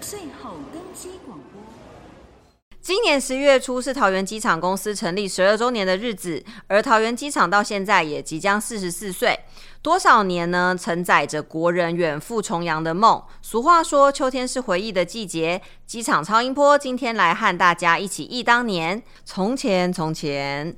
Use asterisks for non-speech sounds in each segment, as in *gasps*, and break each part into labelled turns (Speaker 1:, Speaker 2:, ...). Speaker 1: 最后更新广播。
Speaker 2: 今年十月初是桃园机场公司成立十二周年的日子，而桃园机场到现在也即将四十四岁，多少年呢？承载着国人远赴重洋的梦。俗话说，秋天是回忆的季节。机场超音波今天来和大家一起忆当年，从前从前。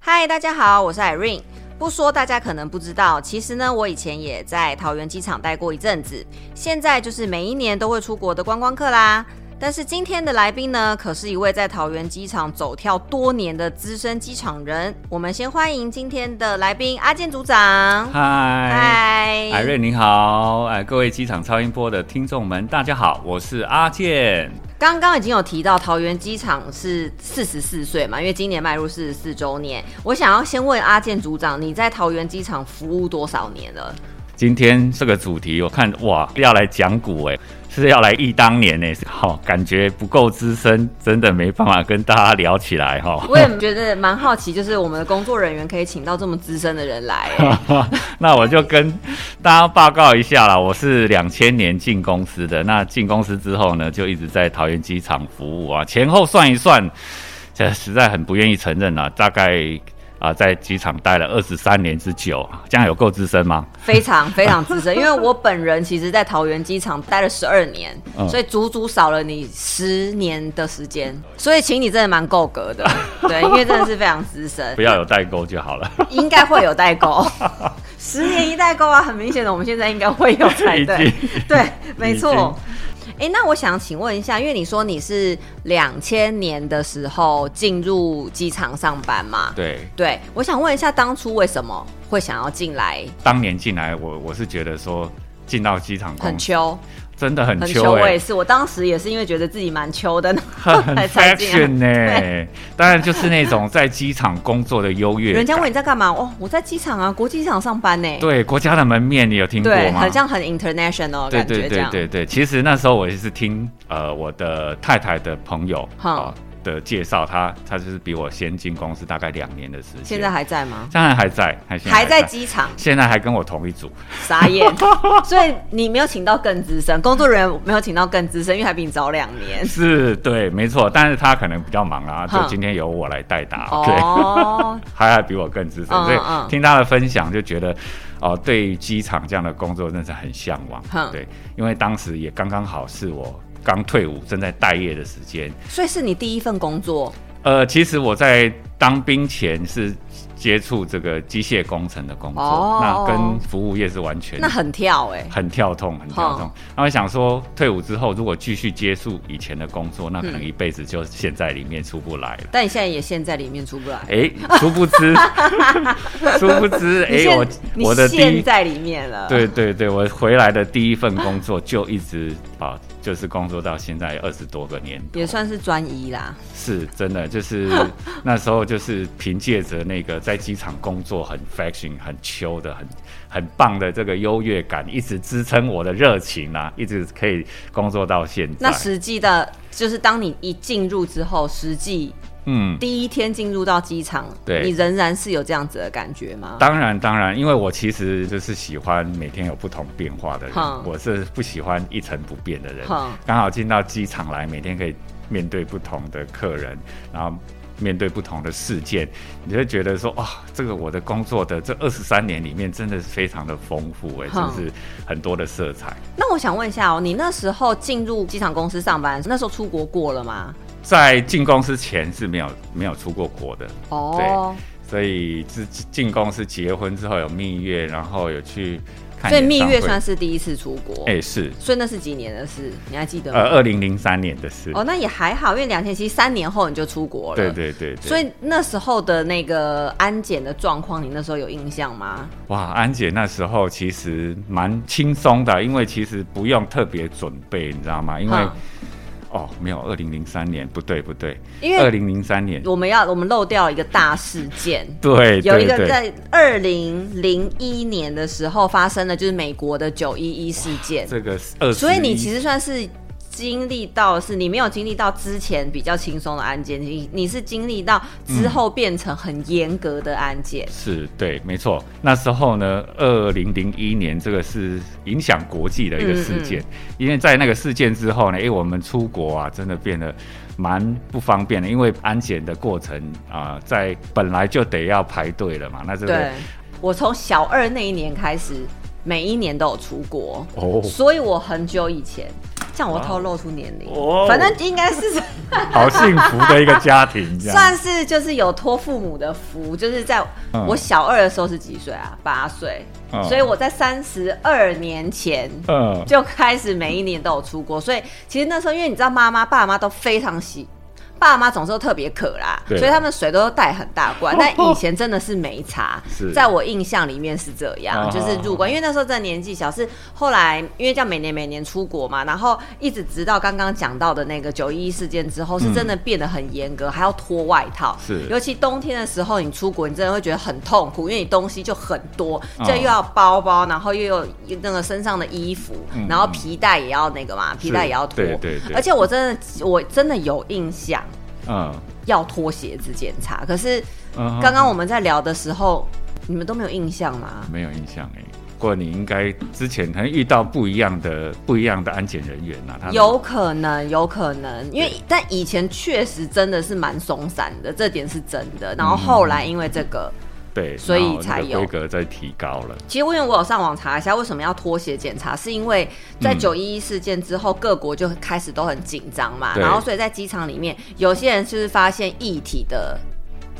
Speaker 2: 嗨，大家好，我是 Irene。不说大家可能不知道，其实呢，我以前也在桃园机场待过一阵子，现在就是每一年都会出国的观光客啦。但是今天的来宾呢，可是一位在桃园机场走跳多年的资深机场人。我们先欢迎今天的来宾阿健组长。
Speaker 3: 嗨，
Speaker 2: 嗨
Speaker 3: 艾瑞你好，哎，各位机场超音波的听众们，大家好，我是阿健。
Speaker 2: 刚刚已经有提到桃园机场是四十四岁嘛，因为今年迈入四十四周年。我想要先问阿健组长，你在桃园机场服务多少年了？
Speaker 3: 今天这个主题，我看哇，要来讲古哎，是要来忆当年哎，好、感觉不够资深，真的没办法跟大家聊起来哈。
Speaker 2: *laughs* 我也觉得蛮好奇，就是我们的工作人员可以请到这么资深的人
Speaker 3: *laughs*
Speaker 2: 来、哎
Speaker 3: 那我就跟大家报告一下啦，我是两千年进公司的，那进公司之后呢，就一直在桃园机场服务啊，前后算一算，这实在很不愿意承认啊，大概啊在机场待了二十三年之久，啊这样有够资深吗？
Speaker 2: 非常非常资深。因为我本人其实，在桃园机场待了十二年，
Speaker 3: 嗯
Speaker 2: 所以足足少了你十年的时间。所以，请你真的蛮够格
Speaker 3: *laughs*
Speaker 2: 的，对，因为真的是非常资深
Speaker 3: 不，要有代沟就好了，
Speaker 2: 应该会有代沟。 *laughs* 十年一代沟啊，很明显的，我们现在应该会有才
Speaker 3: 已
Speaker 2: 对
Speaker 3: 经。
Speaker 2: 对，没
Speaker 3: 已
Speaker 2: 错
Speaker 3: 经。
Speaker 2: 哎、那我想请问一下，因为你说你是两千年的时候进入机场上班嘛？
Speaker 3: 对。
Speaker 2: 对，我想问一下，当初为什么会想要进来
Speaker 3: 当年进来我，我是觉得说进到机场
Speaker 2: 很
Speaker 3: 公司
Speaker 2: 秋？
Speaker 3: 真哦的很
Speaker 2: 很
Speaker 3: 秋
Speaker 2: 我
Speaker 3: 哎、
Speaker 2: 也是，我当时也是因为觉得自己蛮秋的，
Speaker 3: *laughs* 很
Speaker 2: 才才进
Speaker 3: fashion
Speaker 2: 来。
Speaker 3: 呢、当然就是那种在机场工作的优越感。
Speaker 2: 人家问你在干嘛？哦，我在机场啊，国际机场上班呢。
Speaker 3: 对国家的门面，你有听过
Speaker 2: 对，
Speaker 3: 吗？
Speaker 2: 很像很 international 的
Speaker 3: 对
Speaker 2: 感
Speaker 3: 对
Speaker 2: 觉这
Speaker 3: 对
Speaker 2: 样。
Speaker 3: 对对，其实那时候我也是听呃我的太太的朋友
Speaker 2: 哼
Speaker 3: 啊、的介绍，他他就是比我先进公司大概两年的时间，
Speaker 2: 现在还在吗？
Speaker 3: 当然还在，还现
Speaker 2: 还在
Speaker 3: 在，
Speaker 2: 机场，
Speaker 3: 现在还跟我同一组，
Speaker 2: 傻
Speaker 3: *laughs*
Speaker 2: 眼。所以你没有请到更资深工作人员，没有请到更资深，因为还比你早两
Speaker 3: *laughs*
Speaker 2: 年。
Speaker 3: 是对，没错，但是他可能比较忙啊，就
Speaker 2: 哼
Speaker 3: 今天由我来代打，对。
Speaker 2: 哦，
Speaker 3: 他还比我更资深，
Speaker 2: 嗯
Speaker 3: 所以
Speaker 2: 嗯
Speaker 3: 听他的分享就觉得，哦、对于机场这样的工作真是很向往
Speaker 2: 哼。
Speaker 3: 对，因为当时也刚刚好是我刚退伍正在待业的时间。
Speaker 2: 所以是你第一份工作
Speaker 3: 呃，其实我在当兵前是接触这个机械工程的工作，
Speaker 2: 哦
Speaker 3: 那跟服务业是完全
Speaker 2: 那很跳哎、
Speaker 3: 很跳痛，很跳痛。那我想说，退伍之后如果继续接触以前的工作，那可能
Speaker 2: 嗯
Speaker 3: 一辈子就陷在里面出不来了。
Speaker 2: 但你现在也陷在里面出不来。
Speaker 3: 哎，殊
Speaker 2: *laughs*
Speaker 3: 不知，殊不知，
Speaker 2: 你
Speaker 3: 哎，
Speaker 2: 现
Speaker 3: 我
Speaker 2: 你
Speaker 3: 我的第
Speaker 2: 陷
Speaker 3: 一，
Speaker 2: 在里面了。，
Speaker 3: 对对对，我回来的第一份工作就一直啊，就是工作到现在二十多个年头，
Speaker 2: 也算是专一啦。
Speaker 3: 是真的，就是那时候就是凭借着那个在机场工作很 fashion、很秋的、很很棒的这个优越感，一直支撑我的热情啊，一直可以工作到现在。
Speaker 2: 那实际的，就是当你一进入之后，实际
Speaker 3: 嗯，
Speaker 2: 第一天进入到机场，
Speaker 3: 对
Speaker 2: 你仍然是有这样子的感觉吗？
Speaker 3: 当然，当然，因为我其实就是喜欢每天有不同变化的人
Speaker 2: 哼，
Speaker 3: 我是不喜欢一成不变的人
Speaker 2: 哼。
Speaker 3: 刚好进到机场来，每天可以面对不同的客人，然后面对不同的事件，你就会觉得说，哇、这个我的工作的这二十三年里面，真的是非常的丰富、哎，
Speaker 2: 哼
Speaker 3: 就是很多的色彩。
Speaker 2: 那我想问一下哦，你那时候进入机场公司上班，那时候出国过了吗？
Speaker 3: 在进公司前是没有没有出过国的，
Speaker 2: 哦，
Speaker 3: 所以自进公司结婚之后有蜜月，然后有去看
Speaker 2: 所以
Speaker 3: 演唱会。
Speaker 2: 蜜月算是第一次出国，
Speaker 3: 哎、是
Speaker 2: 所以那是几年的事，你还记得吗？
Speaker 3: 呃，二零零三年的事。
Speaker 2: 哦，那也还好，因为两千七三年后你就出国了，
Speaker 3: 对对对对。
Speaker 2: 所以那时候的那个安检的状况，你那时候有印象吗？
Speaker 3: 哇，安姐那时候其实蛮轻松的，啊因为其实不用特别准备，你知道吗？因为、
Speaker 2: 嗯
Speaker 3: 哦，没有，二零零三年不对不对，
Speaker 2: 因
Speaker 3: 二
Speaker 2: 为
Speaker 3: 零零三年
Speaker 2: 我们要我们漏掉一个大事件，
Speaker 3: 哎对
Speaker 2: 有一个
Speaker 3: 对对
Speaker 2: 在二零零一年的时候发生的，就是美国的九一一事件，
Speaker 3: 这个二
Speaker 2: 所以你其实算是经历到的是你没有经历到之前比较轻松的案件，你你是经历到之后变成很严格的案件。
Speaker 3: 是对，没错。那时候呢，二零零一年这个是影响国际的一个
Speaker 2: 嗯
Speaker 3: 事件，因为在那个事件之后呢，诶，我们出国啊，真的变得蛮不方便的，因为安检的过程啊、在本来就得要排队了嘛，那这个
Speaker 2: 对，我从小二那一年开始，每一年都有出国，
Speaker 3: 哦，
Speaker 2: 所以我很久以前，这样我
Speaker 3: 哇
Speaker 2: 透露出年龄，
Speaker 3: 哦
Speaker 2: 反正应该是
Speaker 3: 好幸福的一个家庭，这样
Speaker 2: *laughs* 算是就是有托父母的福，就是在
Speaker 3: 嗯
Speaker 2: 我小二的时候是几岁啊？八岁，
Speaker 3: 嗯
Speaker 2: 所以我在三十二年前。
Speaker 3: 嗯，
Speaker 2: 就开始每一年都有出国，所以其实那时候因为你知道妈妈爸妈都非常喜，爸妈总是都特别渴啦，
Speaker 3: 对啊
Speaker 2: 所以他们水都带很大
Speaker 3: *laughs*
Speaker 2: 罐。但以前真的是没差
Speaker 3: 是，
Speaker 2: 在我印象里面是这样，
Speaker 3: 啊
Speaker 2: 就是入关，因为那时候真的年纪小，是后来因为这样每年每年出国嘛，然后一直直到刚刚讲到的那个九一一事件之后，是真的变得很严格，还要脱外套，
Speaker 3: 是
Speaker 2: 尤其冬天的时候你出国，你真的会觉得很痛苦，因为你东西就很多，
Speaker 3: 啊
Speaker 2: 这又要包包，然后又有那个身上的衣服，
Speaker 3: 嗯
Speaker 2: 然后皮带也要那个嘛，皮带也要脱。
Speaker 3: 对对对
Speaker 2: 而且我真的我真的有印象
Speaker 3: 嗯
Speaker 2: 要脱鞋子检查，可是
Speaker 3: 嗯哼
Speaker 2: 刚刚我们在聊的时候，你们都没有印象吗？
Speaker 3: 没有印象哎、不过你应该之前可能遇到不一样的不一样的安检人员呐、他们
Speaker 2: 有可能，有可能，因为但以前确实真的是蛮松散的，这点是真的。然后
Speaker 3: 嗯
Speaker 2: 后来因为这个，
Speaker 3: 对，
Speaker 2: 所以
Speaker 3: 然后那个
Speaker 2: 才有
Speaker 3: 规格在提高了。
Speaker 2: 其实因为我有上网查一下为什么要拖鞋检查，是因为在
Speaker 3: 嗯
Speaker 2: 九一一事件之后，各国就开始都很紧张嘛，
Speaker 3: 对
Speaker 2: 然后所以在机场里面，有些人就是发现液体的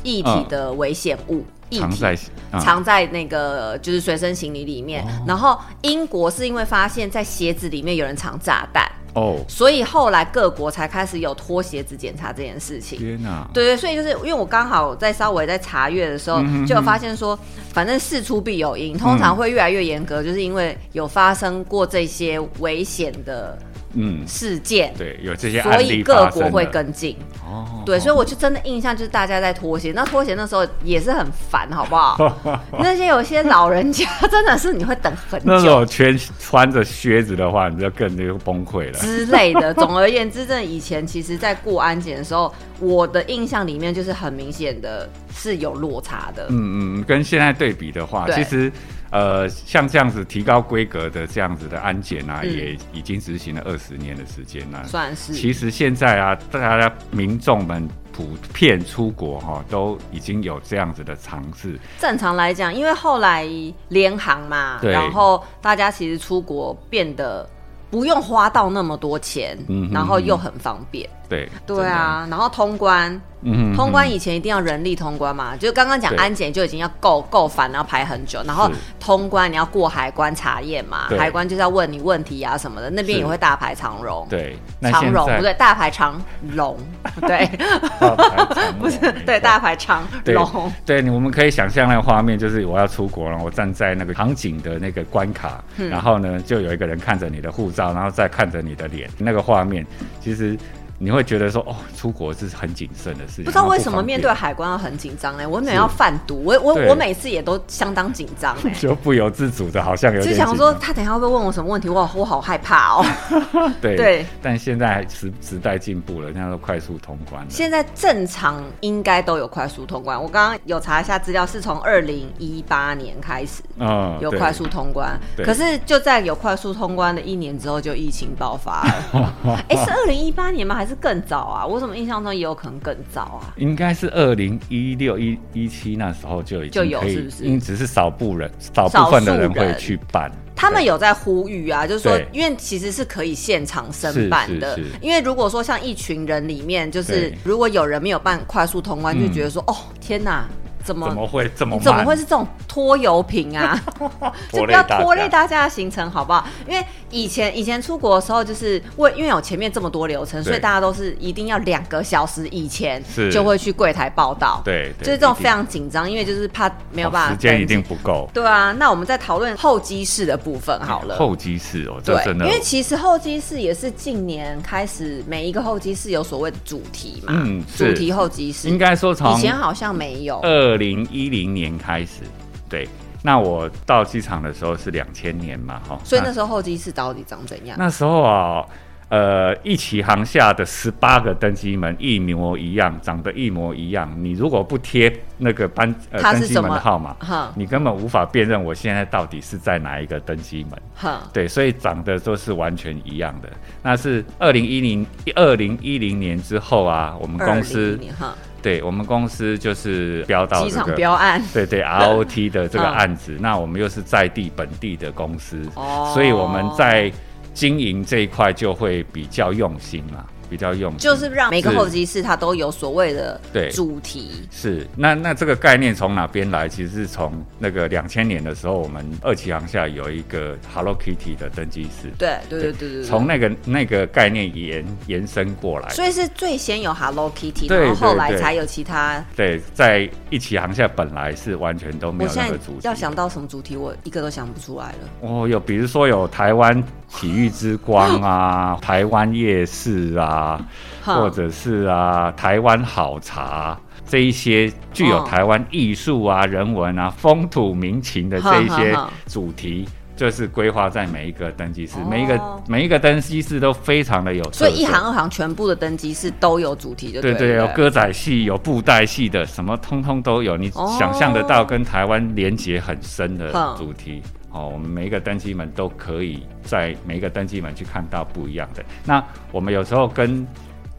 Speaker 2: 液体
Speaker 3: 嗯
Speaker 2: 的危险物，液
Speaker 3: 藏
Speaker 2: 体
Speaker 3: 在、嗯哦
Speaker 2: 藏在那个就是随身行李里面。然后英国是因为发现，在鞋子里面有人藏炸弹，
Speaker 3: 哦，
Speaker 2: 所以后来各国才开始有脱鞋子检查这件事情。
Speaker 3: 天哪、
Speaker 2: 对对，所以就是因为我刚好在稍微在查阅的时
Speaker 3: 嗯
Speaker 2: 候，就有发现说，反正事出必有因，通常会越来越严格，就是因为有发生过这些危险的
Speaker 3: 嗯，
Speaker 2: 事件，
Speaker 3: 对，有这些案
Speaker 2: 所以
Speaker 3: 例
Speaker 2: 各
Speaker 3: 发生
Speaker 2: 国会
Speaker 3: 了
Speaker 2: 跟进。
Speaker 3: 哦，
Speaker 2: 对，所以我就真的印象就是大家在拖鞋，那拖鞋那时候也是很烦，好不好？
Speaker 3: *laughs*
Speaker 2: 那些有些老人家真的是你会等很
Speaker 3: 那
Speaker 2: 久。
Speaker 3: 种全穿着靴子的话，你就更就崩溃了。
Speaker 2: 之类的，总而言之，真的以前其实，在过安检的时候，我的印象里面就是很明显的是有落差的。
Speaker 3: 嗯嗯，跟现在对比的话，
Speaker 2: 对
Speaker 3: 其实呃，像这样子提高规格的这样子的安检啊，
Speaker 2: 嗯
Speaker 3: 也已经执行了二十年的时间了。
Speaker 2: 算是
Speaker 3: 其实现在啊，大家民众们普遍出国哈、都已经有这样子的尝试。
Speaker 2: 正常来讲，因为后来联航嘛，
Speaker 3: 对
Speaker 2: 然后大家其实出国变得不用花到那么多钱，
Speaker 3: 嗯哼
Speaker 2: 然后又很方便。
Speaker 3: 对，
Speaker 2: 对啊，然后通关，
Speaker 3: 真的，嗯，
Speaker 2: 通关以前一定要人力通关嘛，就刚刚讲
Speaker 3: 对
Speaker 2: 安检就已经要够够烦，然后排很久，然后
Speaker 3: 是
Speaker 2: 通关你要过海关查验嘛，
Speaker 3: 对
Speaker 2: 海关就是要问你问题啊什么的，那边
Speaker 3: 是
Speaker 2: 也会大排长龙。
Speaker 3: 对，那
Speaker 2: 长
Speaker 3: 现
Speaker 2: 龙
Speaker 3: 在 *laughs*
Speaker 2: 不对，大排长龙，对
Speaker 3: 大排哦长龙
Speaker 2: 不是
Speaker 3: 没错
Speaker 2: 对大排长
Speaker 3: 对
Speaker 2: 龙，
Speaker 3: 对，你我们可以想象那个画面，就是我要出国了，我站在那个航警的那个关卡，
Speaker 2: 嗯
Speaker 3: 然后呢，就有一个人看着你的护照，然后再看着你的脸，那个画面，其实你会觉得说，哦，出国是很谨慎的事情。
Speaker 2: 不知道为什
Speaker 3: 然
Speaker 2: 么
Speaker 3: 后不方便
Speaker 2: 面对海关要很紧张欸呢？我每要贩毒，我我
Speaker 3: 对，
Speaker 2: 我每次也都相当紧张哎
Speaker 3: 就不由自主的，好像有点
Speaker 2: 就想
Speaker 3: 紧
Speaker 2: 说
Speaker 3: 张
Speaker 2: 他等一下会不会问我什么问题，我我好害怕哦。 *laughs*
Speaker 3: 对
Speaker 2: 对
Speaker 3: 但现在时时代进步了，现在都快速通关了。
Speaker 2: 现在正常应该都有快速通关，我刚刚有查一下资料，是从二零一八年开始。
Speaker 3: 嗯
Speaker 2: 有
Speaker 3: 对
Speaker 2: 快速通关，
Speaker 3: 对
Speaker 2: 可是就在有快速通关的一年之后，就疫情爆发了。
Speaker 3: *laughs*
Speaker 2: 哎、是二零一八年吗？还是更早啊？我怎么印象中也有可能更早啊？
Speaker 3: 应该是二零一六一一七那时候就已
Speaker 2: 就
Speaker 3: 经
Speaker 2: 有
Speaker 3: 可以，
Speaker 2: 是不是
Speaker 3: 因为只是少部人少
Speaker 2: 少
Speaker 3: 部分的
Speaker 2: 数
Speaker 3: 人会
Speaker 2: 人
Speaker 3: 去办。
Speaker 2: 他们有在呼吁啊，就是说
Speaker 3: 对，
Speaker 2: 因为其实是可以现场申办的
Speaker 3: 是是是。
Speaker 2: 因为如果说像一群人里面，就是
Speaker 3: 对
Speaker 2: 如果有人没有办快速通关，
Speaker 3: 嗯
Speaker 2: 就觉得说，哦，天哪，怎么
Speaker 3: 怎么会这么
Speaker 2: 你
Speaker 3: 慢？
Speaker 2: 怎么会是这种拖油瓶
Speaker 3: *laughs*
Speaker 2: 啊？ *laughs* 就不
Speaker 3: 拖累
Speaker 2: 要
Speaker 3: 大家
Speaker 2: 拖累大家的行程，好不好？因为以前以前出国的时候，就是为因为有前面这么多流程，所以大家都是一定要两个小时以前
Speaker 3: 是
Speaker 2: 就会去柜台报到，
Speaker 3: 对
Speaker 2: 就
Speaker 3: 对
Speaker 2: 是这种
Speaker 3: 一定哦
Speaker 2: 非常紧张，因为就是怕没有办法
Speaker 3: 时间一
Speaker 2: 登记
Speaker 3: 定不够。
Speaker 2: 对啊。那我们再讨论候机室的部分好了。
Speaker 3: 候机室哦，这
Speaker 2: 对，
Speaker 3: 真
Speaker 2: 因
Speaker 3: 的，
Speaker 2: 为其实候机室也是近年开始，每一个候机室有所谓的主题嘛，
Speaker 3: 嗯
Speaker 2: 主
Speaker 3: 是
Speaker 2: 题候机室。
Speaker 3: 应该说从呃
Speaker 2: 以前好像没有，
Speaker 3: 二零一零年开始，对。那我到机场的时候是两千年嘛，哈，
Speaker 2: 所以那时候候机室到底长怎样？
Speaker 3: 那时候啊，呃一起航下的十八个登机门一模一样，长得一模一样。你如果不贴那个班呃
Speaker 2: 它
Speaker 3: 登
Speaker 2: 是
Speaker 3: 机
Speaker 2: 什
Speaker 3: 门
Speaker 2: 么
Speaker 3: 的号码，
Speaker 2: 哼
Speaker 3: 你根本无法辨认我现在到底是在哪一个登机门。
Speaker 2: 哼，
Speaker 3: 对，所以长得都是完全一样的。那是二零一零二零一零年之后啊，我们公司
Speaker 2: 2010年哼
Speaker 3: 对我们公司就是标到
Speaker 2: 机
Speaker 3: 这
Speaker 2: 场
Speaker 3: 个
Speaker 2: 标案，
Speaker 3: 对对 ROT
Speaker 2: *laughs*
Speaker 3: 的这个
Speaker 2: 嗯
Speaker 3: 案子，那我们又是在地本地的公司，
Speaker 2: 哦
Speaker 3: 所以我们在经营这一块就会比较用心啦，比较用心。
Speaker 2: 就是让每个
Speaker 3: 是
Speaker 2: 候机室它都有所谓的
Speaker 3: 对
Speaker 2: 主题，
Speaker 3: 是，那那这个概念从哪边来？其实是从那个两千年的时候，我们二期航下有一个 Hello Kitty 的登机室，
Speaker 2: 对对对对对，
Speaker 3: 从
Speaker 2: 那，
Speaker 3: 那个那个概念延延伸过来。
Speaker 2: 啊所以是最先有 Hello Kitty，
Speaker 3: 对
Speaker 2: 然后后来
Speaker 3: 对对
Speaker 2: 才有其他。
Speaker 3: 对，在一起航下本来是完全都没
Speaker 2: 我
Speaker 3: 有
Speaker 2: 现
Speaker 3: 那
Speaker 2: 在
Speaker 3: 个主题。
Speaker 2: 要想到什么主题，我一个都想不出来了。
Speaker 3: 哦，有比如说有台湾体育之
Speaker 2: *gasps*
Speaker 3: 光啊，台湾夜市啊，
Speaker 2: 哼
Speaker 3: 或者是啊台湾好茶。这一些具有
Speaker 2: 哦
Speaker 3: 台湾艺术啊、人文啊、风土民情的这一些
Speaker 2: 哈哈哈
Speaker 3: 主题，就是规划在每一个登记室，
Speaker 2: 哦
Speaker 3: 每一个每一个登记室都非常的有特色。
Speaker 2: 所以一行二行全部的登机室都有主题就
Speaker 3: 对
Speaker 2: 了
Speaker 3: 对，有
Speaker 2: 不
Speaker 3: 歌仔戏、有布袋戏的，什么通通都有。你
Speaker 2: 哦
Speaker 3: 想象得到跟台湾连结很深的
Speaker 2: 哼
Speaker 3: 主题。哦，我们每一个登机门都可以在每一个登机门去看到不一样的。那我们有时候跟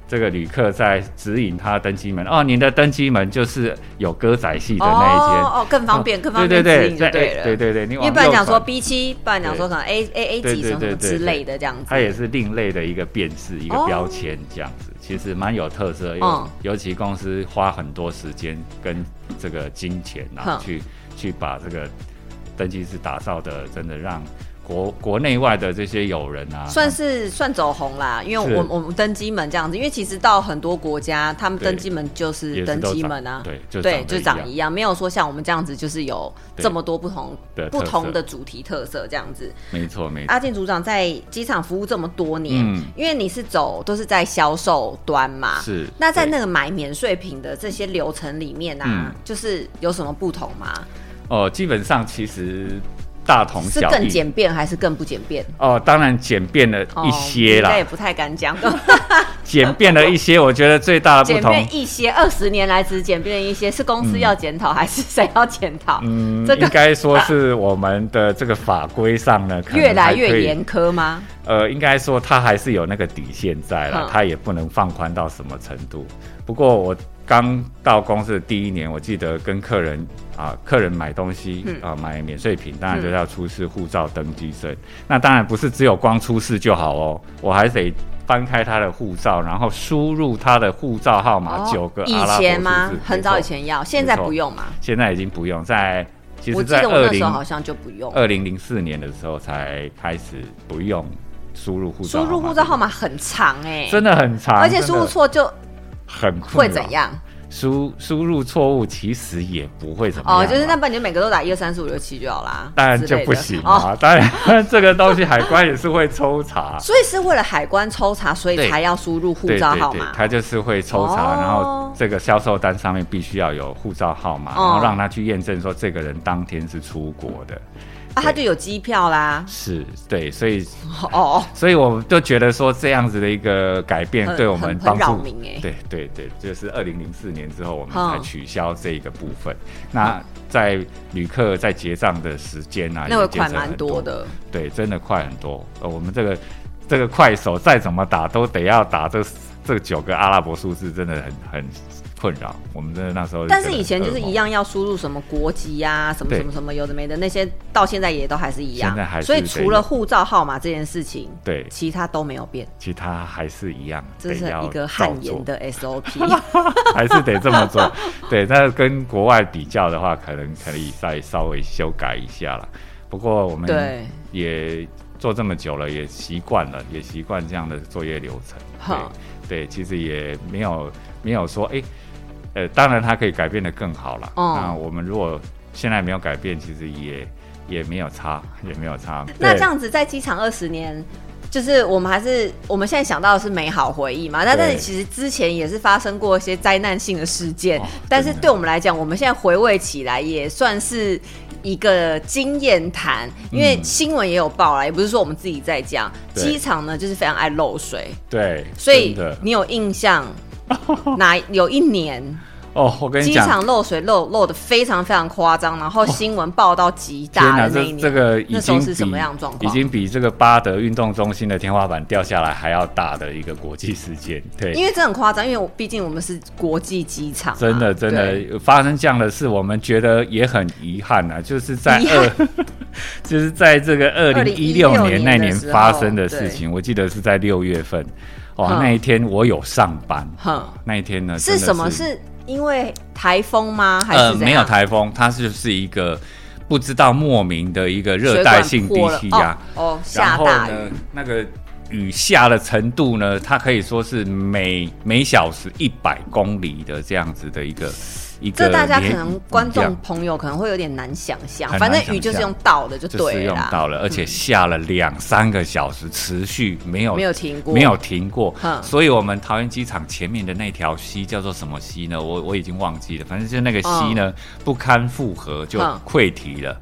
Speaker 3: 这个旅客在指引他的登机门，哦，您的登机门就是有歌仔戏的那一间，
Speaker 2: 哦哦，更方便，更方便
Speaker 3: 对对
Speaker 2: 指
Speaker 3: 对，
Speaker 2: 引
Speaker 3: 在
Speaker 2: 就
Speaker 3: 对
Speaker 2: 了。
Speaker 3: 对对对，你
Speaker 2: 因
Speaker 3: 往
Speaker 2: 为不然
Speaker 3: 右
Speaker 2: 讲说
Speaker 3: 转
Speaker 2: B 七，不然讲说可能 A A A
Speaker 3: 对
Speaker 2: 几
Speaker 3: 对
Speaker 2: 什么什
Speaker 3: 对
Speaker 2: 么
Speaker 3: 对
Speaker 2: 之
Speaker 3: 对
Speaker 2: 类的这样子。
Speaker 3: 它也是另类的一个辨识，一个
Speaker 2: 哦
Speaker 3: 标签这样子，其实蛮有特色。尤、
Speaker 2: 嗯
Speaker 3: 尤其公司花很多时间跟这个金钱啊
Speaker 2: 哼，
Speaker 3: 去去把这个登记制打造的，真的让国国内外的这些友人啊，
Speaker 2: 算是算走红啦，因为
Speaker 3: 是
Speaker 2: 我我们登机门这样子，因为其实到很多国家，他们
Speaker 3: 对
Speaker 2: 登机门就
Speaker 3: 也
Speaker 2: 是
Speaker 3: 是
Speaker 2: 登
Speaker 3: 都
Speaker 2: 机
Speaker 3: 长
Speaker 2: 门啊，
Speaker 3: 对，就
Speaker 2: 对，就
Speaker 3: 得
Speaker 2: 长
Speaker 3: 一
Speaker 2: 一
Speaker 3: 样。
Speaker 2: 样，没有说像我们这样子就是有
Speaker 3: 对
Speaker 2: 这么多不同
Speaker 3: 的
Speaker 2: 不
Speaker 3: 特
Speaker 2: 同
Speaker 3: 色
Speaker 2: 的主题特色这样子。
Speaker 3: 没错，没错，
Speaker 2: 阿健组长在机场服务这么多年，
Speaker 3: 嗯
Speaker 2: 因为你是走都是在销售端嘛，
Speaker 3: 是
Speaker 2: 那在
Speaker 3: 对
Speaker 2: 那个买免税品的这些流程里面啊，
Speaker 3: 嗯
Speaker 2: 就是有什么不同吗？
Speaker 3: 哦、基本上其实大同
Speaker 2: 是
Speaker 3: 小
Speaker 2: 更
Speaker 3: 异。
Speaker 2: 简便还是更不简便？哦
Speaker 3: 哦，当然简便了一些
Speaker 2: 应
Speaker 3: 啦
Speaker 2: 该，也不太敢讲。哦
Speaker 3: 简便了一些。我觉得最大的不
Speaker 2: 简
Speaker 3: 同
Speaker 2: 便一些，二十年来只简便一些，是公司要检讨、还是谁要检讨？
Speaker 3: 嗯，
Speaker 2: 这个
Speaker 3: 应该说是我们的这个法规
Speaker 2: *laughs*
Speaker 3: 上呢，可能
Speaker 2: 越来
Speaker 3: 还可
Speaker 2: 越
Speaker 3: 以。
Speaker 2: 严苛吗？
Speaker 3: 呃，应该说它还是有那个底线在
Speaker 2: 嗯
Speaker 3: 了，它也不能放宽到什么程度。不过我刚到公司的第一年，我记得跟客人啊，客人买东西
Speaker 2: 嗯
Speaker 3: 啊，买免税品，当然
Speaker 2: 嗯
Speaker 3: 就要出示护照登记证。那当然不是只有光出示就好哦，我还得翻开他的护照，然后输入他的护照号码九个
Speaker 2: 哦以
Speaker 3: 阿拉伯数字。
Speaker 2: 前吗？很早
Speaker 3: 没错
Speaker 2: 以，前要，现在
Speaker 3: 没错
Speaker 2: 不用嘛？
Speaker 3: 现在已经不用在。其
Speaker 2: 我
Speaker 3: 实，
Speaker 2: 记
Speaker 3: 在
Speaker 2: 得我
Speaker 3: 二
Speaker 2: 那时
Speaker 3: 零
Speaker 2: 候好像就不用。
Speaker 3: 二零零四年的时候才开始不用输入护照
Speaker 2: 输
Speaker 3: 号码，
Speaker 2: 入护照号码很长哎、
Speaker 3: 真的很长，
Speaker 2: 而且
Speaker 3: 真的
Speaker 2: 输入错就
Speaker 3: 很困
Speaker 2: 会
Speaker 3: 扰
Speaker 2: 怎？样？
Speaker 3: 输输入错误其实也不会怎么样
Speaker 2: 哦，
Speaker 3: 啊，
Speaker 2: 就是那不然你就每个都打一二三四五六七就好啦，
Speaker 3: 当然
Speaker 2: 之
Speaker 3: 就
Speaker 2: 类
Speaker 3: 不
Speaker 2: 的
Speaker 3: 行
Speaker 2: 哦。
Speaker 3: 啊，当然这个东西海关也是会抽查。
Speaker 2: 所以是为了海关抽查，所以
Speaker 3: 对
Speaker 2: 才要输入 *laughs* 护
Speaker 3: 对
Speaker 2: 照
Speaker 3: 对
Speaker 2: 号
Speaker 3: 对
Speaker 2: 码，。
Speaker 3: 他就是会抽查，
Speaker 2: 哦
Speaker 3: 然后这个销售单上面必须要有护照号码，然
Speaker 2: 哦
Speaker 3: 后让他去验证说这个人当天是出国的，
Speaker 2: 啊，他就有机票啦。
Speaker 3: 是对，所以
Speaker 2: 哦哦，
Speaker 3: 所以我们就觉得说这样子的一个改变
Speaker 2: 很
Speaker 3: 对我们
Speaker 2: 很
Speaker 3: 帮
Speaker 2: 很扰
Speaker 3: 助
Speaker 2: 民欸，
Speaker 3: 对对对，就是二零零四年之后我们
Speaker 2: 嗯
Speaker 3: 才取消这个部分。那在旅客在结账的时间啊，
Speaker 2: 那会
Speaker 3: 也节省
Speaker 2: 款蛮
Speaker 3: 很
Speaker 2: 多，的。
Speaker 3: 对，真的快很多。呃，我们这个这个快手再怎么打都得要打这这九个阿拉伯数字，真的很很困扰。我们真的那时候，
Speaker 2: 但是以前就是一。样要输入什么国籍啊，什么
Speaker 3: 对
Speaker 2: 什么什么有的没的那些，到现在也都还是一样
Speaker 3: 现在还。是
Speaker 2: 所以
Speaker 3: 得
Speaker 2: 除了护照号码这件事情，
Speaker 3: 对，
Speaker 2: 其他都没有变，
Speaker 3: 其他还是一样，
Speaker 2: 这是
Speaker 3: 得要
Speaker 2: 一个
Speaker 3: 照
Speaker 2: 汗
Speaker 3: 做
Speaker 2: 颜的 SOP。
Speaker 3: *laughs* 还是得这么做。对，那跟国外比较的话，可能可以再稍微修改一下了。不过我们
Speaker 2: 对
Speaker 3: 也做这么久了，也习惯了，也习惯这样的作业流程
Speaker 2: 好。
Speaker 3: 对，对，其实也没有没有说，哎、呃，当然它可以改变的更好了。
Speaker 2: 哦
Speaker 3: 那我们如果现在没有改变，其实也也没有差，也没有差。
Speaker 2: 那
Speaker 3: 对
Speaker 2: 这样子在机场二十年，就是我们还是我们现在想到的是美好回忆嘛。那但是
Speaker 3: 对
Speaker 2: 其实之前也是发生过一些灾难性的事件，
Speaker 3: 哦
Speaker 2: 但是
Speaker 3: 真的
Speaker 2: 对我们来讲，我们现在回味起来也算是一个经验谈，因为新闻也有报啦，也不是说我们自己在讲，
Speaker 3: 嗯对
Speaker 2: 机场呢就是非常爱漏水，
Speaker 3: 对，
Speaker 2: 所以
Speaker 3: 真的
Speaker 2: 你有印
Speaker 3: *laughs*
Speaker 2: 象哪有一年
Speaker 3: 哦，我跟你
Speaker 2: 机
Speaker 3: 讲，哦
Speaker 2: 场漏水漏漏的非常非常夸张，然后新闻报到极
Speaker 3: 天
Speaker 2: 大的那一
Speaker 3: 这
Speaker 2: 年，
Speaker 3: 这个已
Speaker 2: 那时候
Speaker 3: 经
Speaker 2: 是
Speaker 3: 比
Speaker 2: 什么样的状
Speaker 3: 已
Speaker 2: 况？
Speaker 3: 经比这个巴德运动中心的天花板掉下来还要大的一个国际事件。对，
Speaker 2: 因为这很夸张，因为我毕竟我们是国际机场嘛、啊
Speaker 3: *laughs* 真的真
Speaker 2: 对，
Speaker 3: 的发生这样的事，我们觉得也很遗憾啊，就是在二， *laughs* 就是在这个二零一六
Speaker 2: 2016
Speaker 3: 年
Speaker 2: 年
Speaker 3: 那
Speaker 2: 的
Speaker 3: 年
Speaker 2: 时候
Speaker 3: 发生的事情，我记得是在六月份。哦，
Speaker 2: 嗯
Speaker 3: 那一天我有上班。
Speaker 2: 哼，
Speaker 3: 那一天呢，真
Speaker 2: 是
Speaker 3: 的
Speaker 2: 什么？
Speaker 3: 是
Speaker 2: 是因为台风吗？还是
Speaker 3: 呃，
Speaker 2: 怎样？
Speaker 3: 没有台风，它就是一个不知道莫名的一个热带性啊低
Speaker 2: 血管
Speaker 3: 气
Speaker 2: 破
Speaker 3: 压
Speaker 2: 了。哦，哦
Speaker 3: 然
Speaker 2: 下
Speaker 3: 后
Speaker 2: 大
Speaker 3: 呢
Speaker 2: 雨，，
Speaker 3: 那个雨下的程度呢，它可以说是每每小时一百公里的这样子的一个一个
Speaker 2: 这
Speaker 3: 连。
Speaker 2: 大家可能观
Speaker 3: 一
Speaker 2: 众
Speaker 3: 样
Speaker 2: 朋友可能会有点难想象
Speaker 3: 很，难
Speaker 2: 反正雨就是用倒的就
Speaker 3: 就是
Speaker 2: 对了
Speaker 3: 用到
Speaker 2: 啦，嗯
Speaker 3: 了，而且下了两三个小时，持续没有
Speaker 2: 没有停过，
Speaker 3: 哦没有停过，
Speaker 2: 嗯
Speaker 3: 所以我们桃园机场前面的那条溪叫做什么溪呢？我我已经忘记了，反正就是那个溪呢、不堪负荷就
Speaker 2: 哦嗯
Speaker 3: 溃堤了，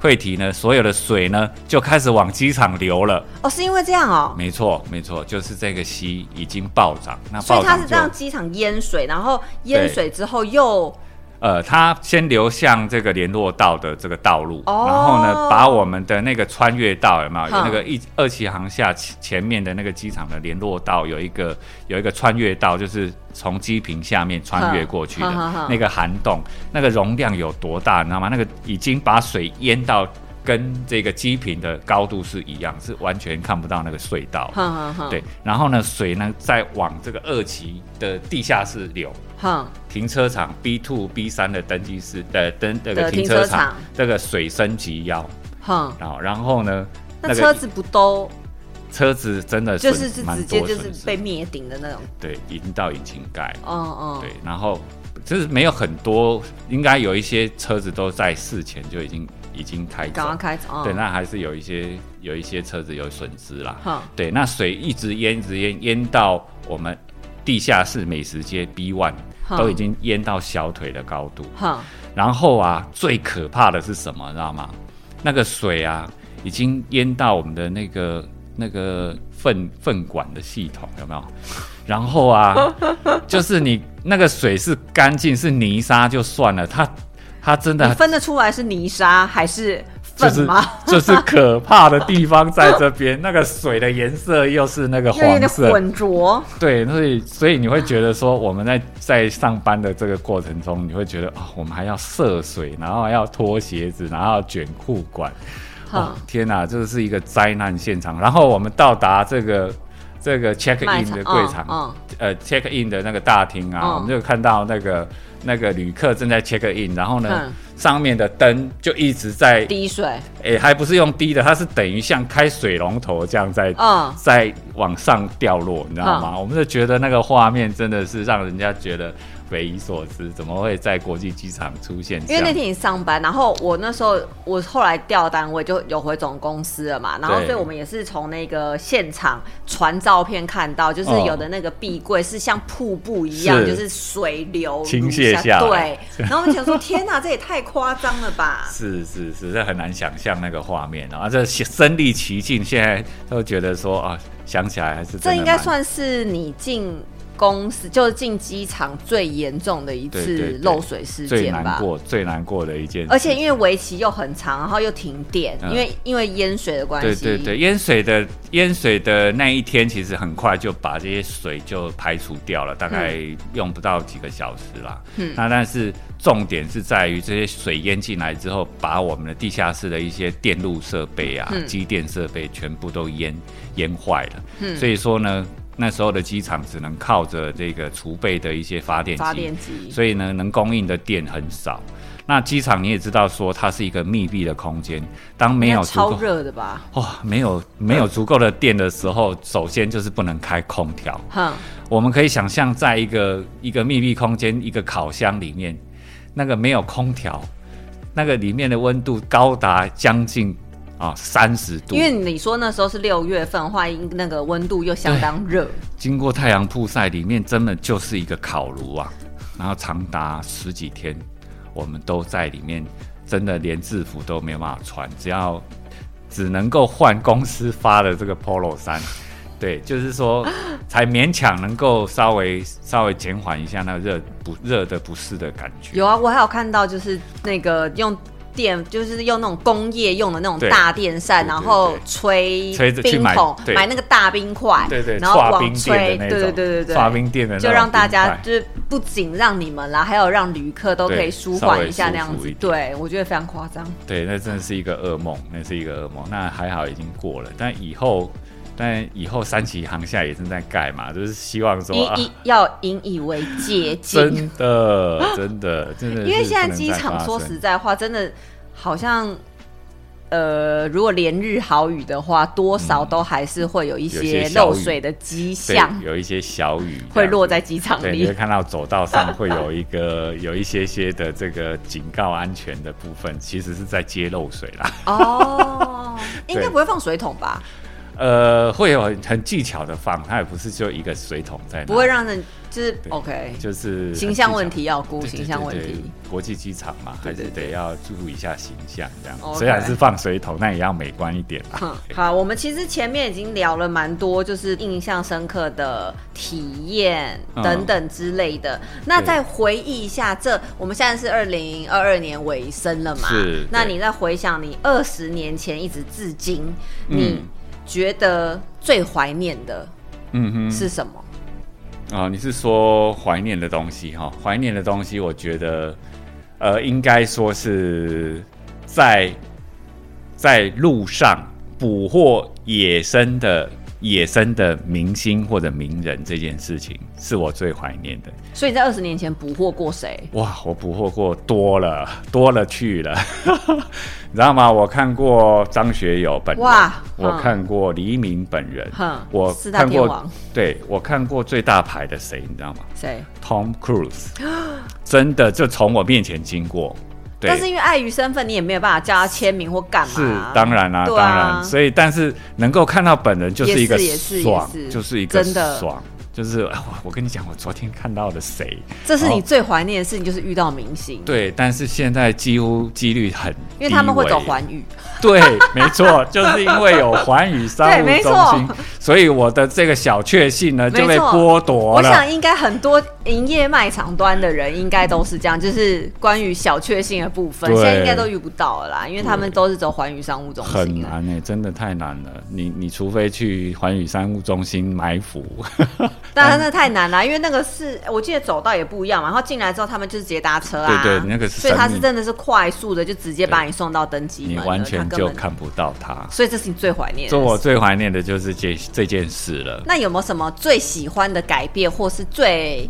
Speaker 3: 溃堤呢所有的水呢就开始往机场流了。
Speaker 2: 哦，是因为这样哦，
Speaker 3: 没错，没错，就是这个溪已经暴涨，那
Speaker 2: 所
Speaker 3: 暴
Speaker 2: 以它
Speaker 3: 涨
Speaker 2: 是
Speaker 3: 就
Speaker 2: 让机场淹水，然后淹
Speaker 3: 对
Speaker 2: 水之后又
Speaker 3: 呃，它先流向这个联络道的这个道路，
Speaker 2: 哦
Speaker 3: 然后呢，把我们的那个穿越道有没有？有
Speaker 2: 哼
Speaker 3: 那个一二期航下前前面的那个机场的联络道有一个有一个穿越道，就是从机坪下面穿越过去的
Speaker 2: 哼哼哼哼
Speaker 3: 那个涵洞，那个容量有多大，你知道吗？那个已经把水淹到跟这个机坪的高度是一样，是完全看不到那个隧道。
Speaker 2: 哼哼哼，
Speaker 3: 对，然后呢，水呢再往这个二期的地下室流，
Speaker 2: 哼，
Speaker 3: 停车场 B two B 三的登记室的登这个
Speaker 2: 的
Speaker 3: 停
Speaker 2: 停
Speaker 3: 车
Speaker 2: 车场
Speaker 3: 场这个水深及腰，
Speaker 2: 哼，
Speaker 3: 然后然后呢，
Speaker 2: 那
Speaker 3: 个
Speaker 2: 车子不都
Speaker 3: 车子真的
Speaker 2: 就
Speaker 3: 损
Speaker 2: 是是
Speaker 3: 蛮
Speaker 2: 直接
Speaker 3: 多
Speaker 2: 就是
Speaker 3: 损失
Speaker 2: 被灭顶的那种，
Speaker 3: 对已经到引擎盖，
Speaker 2: 嗯嗯，
Speaker 3: 对，然后就是没有很多，应该有一些车子都在事前就已经已经开
Speaker 2: 赶
Speaker 3: 走
Speaker 2: 快，开始，嗯
Speaker 3: 对，那还是有一些有一些车子有损失啦，
Speaker 2: 哼
Speaker 3: 对，那水一直淹，一直淹，淹到我们地下室美食街 B one
Speaker 2: 哼
Speaker 3: 都已经淹到小腿的高度，
Speaker 2: 哼，
Speaker 3: 然后啊，最可怕的是什么，知道吗？那个水啊，已经淹到我们的那个那个粪粪管的系统，有没有？然后啊，就是你那个水是干净是泥沙就算了，它它真
Speaker 2: 你
Speaker 3: 的
Speaker 2: 分得出来是泥沙还是
Speaker 3: 就
Speaker 2: 粪
Speaker 3: 是
Speaker 2: 吗？
Speaker 3: 就是可怕的地方在这边，那个水的颜色又是
Speaker 2: *laughs*
Speaker 3: 那个
Speaker 2: 因为有
Speaker 3: 黄
Speaker 2: 点
Speaker 3: 色，
Speaker 2: 浑浊，
Speaker 3: 对，所以所以你会觉得说，我们在在上班的这个过程中，你会觉得啊、我们还要涉水，然后还要脱鞋子，然后要卷裤管，哦
Speaker 2: 哼，
Speaker 3: 天哪、这是一个灾难现场。然后我们到达这个这个 check
Speaker 2: 卖
Speaker 3: in
Speaker 2: 场
Speaker 3: 的柜场，
Speaker 2: 嗯
Speaker 3: 呃 check in 的那个大厅啊，
Speaker 2: 嗯
Speaker 3: 我们就看到那个那个旅客正在 check in，然后呢，
Speaker 2: 嗯
Speaker 3: 上面的灯就一直在
Speaker 2: 滴水，
Speaker 3: 诶、还不是用滴的，它是等于像开水龙头这样在、
Speaker 2: 嗯
Speaker 3: 在往上掉落，你知道吗？我们就觉得那个画面真的是让人家觉得匪夷所思，怎么会在国际机场出现这
Speaker 2: 因为
Speaker 3: 样？
Speaker 2: 那天你上班，然后我那时候我后来调单位就有回总公司了嘛，然后
Speaker 3: 对
Speaker 2: 所以我们也是从那个现场传照片看到，就是
Speaker 3: 哦
Speaker 2: 有的那个壁柜是像瀑布一样，
Speaker 3: 是
Speaker 2: 就是水流
Speaker 3: 倾泻
Speaker 2: 如
Speaker 3: 下来
Speaker 2: 对，然后我们想说，天哪，这也太夸张了吧？
Speaker 3: 是是是，这很难想象那个画面啊！这身临其境，现在都觉得说啊，想起来还是真的
Speaker 2: 这应该
Speaker 3: 蛮
Speaker 2: 算是你进公司，就是进机场最严重的一
Speaker 3: 对对对
Speaker 2: 次漏水事
Speaker 3: 最
Speaker 2: 件吧？
Speaker 3: 难过、最难过的一件事。
Speaker 2: 而且因为为期又很长，然后又停电，
Speaker 3: 嗯
Speaker 2: 因为因为淹水的关
Speaker 3: 对
Speaker 2: 系，
Speaker 3: 对对，淹水的淹水的那一天，其实很快就把这些水就排除掉了，大概
Speaker 2: 嗯
Speaker 3: 用不到几个小时啦。嗯，那但是重点是在于这些水淹进来之后，把我们的地下室的一些电路设备啊、
Speaker 2: 嗯
Speaker 3: 机电设备全部都淹淹坏了。嗯，所以说呢，那时候的机场只能靠着这个储备的一些发电机，
Speaker 2: 发电机，
Speaker 3: 所以呢，能供应的电很少。那机场你也知道，说它是一个密闭的空间，当没有
Speaker 2: 应该
Speaker 3: 足够
Speaker 2: 超热的吧？
Speaker 3: 哇、没有没有足够的电的时候，首先就是不能开空调。
Speaker 2: 哼，
Speaker 3: 我们可以想象，在一个一个密闭空间，一个烤箱里面，那个没有空调，那个里面的温度高达将近啊三十度
Speaker 2: 因，为你说那时候是六月份的话，应那个温度又相当热，
Speaker 3: 经过太阳曝晒，里面根本就是一个烤炉啊。然后长达十几天，我们都在里面真的连制服都没有办法穿，只要只能够换公司发的这个 polo 衫。 *laughs* 对，就是说，才勉强能够稍微稍微减缓一下那个热不热的不适的感觉。
Speaker 2: 有啊，我还有看到就是那个用电，就是用那种工业用的那种
Speaker 3: 对
Speaker 2: 大电扇，
Speaker 3: 对
Speaker 2: 然
Speaker 3: 对
Speaker 2: 后
Speaker 3: 对
Speaker 2: 吹
Speaker 3: 吹着去
Speaker 2: 冰
Speaker 3: 买
Speaker 2: 桶，
Speaker 3: 对
Speaker 2: 买那个大冰块，
Speaker 3: 对对，
Speaker 2: 然后
Speaker 3: 刷
Speaker 2: 往
Speaker 3: 冰
Speaker 2: 吹，
Speaker 3: 店
Speaker 2: 对
Speaker 3: 的那
Speaker 2: 对
Speaker 3: 种，
Speaker 2: 对对对，
Speaker 3: 刷冰店的那种
Speaker 2: 就让大
Speaker 3: 冰
Speaker 2: 家
Speaker 3: 块
Speaker 2: 就是不仅让你们啦，还有让旅客都可以
Speaker 3: 对
Speaker 2: 舒
Speaker 3: 稍
Speaker 2: 缓
Speaker 3: 微
Speaker 2: 一下
Speaker 3: 舒
Speaker 2: 那样
Speaker 3: 服
Speaker 2: 子
Speaker 3: 一，点
Speaker 2: 对我觉得非常夸张。
Speaker 3: 对，那真的是一个噩梦，那是一个噩梦。那还好已经过了，但以后，但以后三旗航厦也正在盖嘛，就是希望说啊
Speaker 2: 引，以要引以为
Speaker 3: *laughs*
Speaker 2: 戒戒，
Speaker 3: 真的，真的，真的是不能再发生，
Speaker 2: 因为现在机场说实在话，真的好像。呃，如果连日好雨的话，多少都还是会有一
Speaker 3: 嗯有些
Speaker 2: 些
Speaker 3: 小
Speaker 2: 漏
Speaker 3: 雨
Speaker 2: 水的迹
Speaker 3: 对
Speaker 2: 象，
Speaker 3: 有一些小雨
Speaker 2: 会落
Speaker 3: 这样
Speaker 2: 在机场
Speaker 3: 子。对，你 *laughs* 会
Speaker 2: 里。
Speaker 3: 看到走道上会有一个 *laughs* 有一些些的这个警告安全的部分，其实是在接漏水啦。
Speaker 2: *laughs*
Speaker 3: *laughs*
Speaker 2: 哦，应该
Speaker 3: 对
Speaker 2: 不会放水桶吧？
Speaker 3: 呃，会有很很技巧的放，它也不是就一个水桶在那，
Speaker 2: 不会让人就是
Speaker 3: 对
Speaker 2: OK，
Speaker 3: 就是很
Speaker 2: 形象
Speaker 3: 技巧
Speaker 2: 问题要顾
Speaker 3: 对
Speaker 2: 形象问，
Speaker 3: 对对
Speaker 2: 题
Speaker 3: 对。国际机场嘛，
Speaker 2: 对
Speaker 3: 还
Speaker 2: 对
Speaker 3: 是得要注意一下形象这样。
Speaker 2: OK
Speaker 3: 虽然是放水桶，但也要美观一点
Speaker 2: *laughs*
Speaker 3: 啦。
Speaker 2: 哼嗯好，我们其实前面已经聊了蛮多，就是印象深刻的体验
Speaker 3: 嗯
Speaker 2: 等等之类的。那
Speaker 3: 对
Speaker 2: 再回忆一下这，我们现在是二零二二年尾声了嘛？
Speaker 3: 是
Speaker 2: 那
Speaker 3: 对
Speaker 2: 你再回想你二十年前一直至今，
Speaker 3: 嗯
Speaker 2: 你觉得最怀念的
Speaker 3: 嗯哼，
Speaker 2: 是什么？
Speaker 3: 啊、你是说怀念的东西哈？怀念的东西，我觉得，呃，应该说是在在路上捕获野生的野生的明星或者名人这件事情，是我最怀念的。
Speaker 2: 所以你在二十年前捕获过谁？
Speaker 3: 哇，我捕获过多了多了去了， *laughs* 你知道吗？我看过张学友本人，
Speaker 2: 哇
Speaker 3: 我
Speaker 2: 嗯
Speaker 3: 看过黎明本人，
Speaker 2: 哼
Speaker 3: 我
Speaker 2: 四大
Speaker 3: 看
Speaker 2: 天
Speaker 3: 过
Speaker 2: 王，
Speaker 3: 对我看过最大牌的谁，你知道吗
Speaker 2: 谁？
Speaker 3: ？Tom
Speaker 2: *gasps*
Speaker 3: Cruise，真的就从我面前经过，对，
Speaker 2: 但是因为碍于身份，你也没有办法叫他签名或干嘛。
Speaker 3: 是当然啦、
Speaker 2: 对
Speaker 3: 当然，
Speaker 2: 啊，
Speaker 3: 所以但是能够看到本人就是一个
Speaker 2: 也是也是
Speaker 3: 爽
Speaker 2: 也，是
Speaker 3: 就是一个
Speaker 2: 真的
Speaker 3: 爽，就是啊我我跟你讲，我昨天看到了谁，
Speaker 2: 这是你
Speaker 3: 哦
Speaker 2: 最怀念的事情，就是遇到明星，
Speaker 3: 对，但是现在几乎几率很低
Speaker 2: 因
Speaker 3: 微，
Speaker 2: 为他们会走环宇。 *laughs*
Speaker 3: 对，没错，就是因为有环宇商
Speaker 2: 对
Speaker 3: 务
Speaker 2: 没
Speaker 3: 中
Speaker 2: 错
Speaker 3: 心，所以我的这个小确幸呢就
Speaker 2: 没
Speaker 3: 被
Speaker 2: 错
Speaker 3: 剥夺
Speaker 2: 我
Speaker 3: 了
Speaker 2: 想。应该很多营业卖场端的人应该都是这样，就是关于小确幸的部分，
Speaker 3: 对
Speaker 2: 现在应该都遇不到了啦，因为他们都是走环宇商务中
Speaker 3: 很
Speaker 2: 心啊。
Speaker 3: 难哎、真的太难了。你你除非去环宇商务中心埋伏， *laughs*
Speaker 2: 但是那太难啦，因为那个是我记得走道也不一样嘛，然后进来之后他们就是直接搭车啊，
Speaker 3: 对对那个是
Speaker 2: 所以他
Speaker 3: 生
Speaker 2: 是
Speaker 3: 命
Speaker 2: 真的是快速的，就直接把你送到登机门
Speaker 3: 你
Speaker 2: 了，
Speaker 3: 完全
Speaker 2: 他根
Speaker 3: 就
Speaker 2: 本，
Speaker 3: 看不到他。
Speaker 2: 所以这是你最怀念的
Speaker 3: 所以我
Speaker 2: 事。
Speaker 3: 最怀念的就是这这件事了。
Speaker 2: 那有没有什么最喜欢的改变，或是最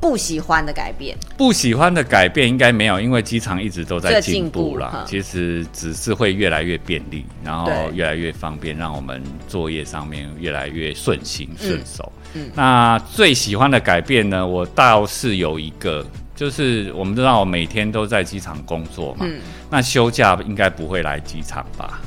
Speaker 2: 不喜欢的改变？
Speaker 3: 不喜欢的改变应该没有，因为机场一直都在
Speaker 2: 在进
Speaker 3: 进步
Speaker 2: 步
Speaker 3: 啦
Speaker 2: 嗯。
Speaker 3: 其实只是会越来越便利，然后
Speaker 2: 对
Speaker 3: 越来越方便，让我们作业上面越来越顺行顺手。
Speaker 2: 嗯
Speaker 3: 那最喜欢的改变呢，我倒是有一个，就是我们知道我每天都在机场工作嘛，
Speaker 2: 嗯
Speaker 3: 那休假应该不会来机场吧？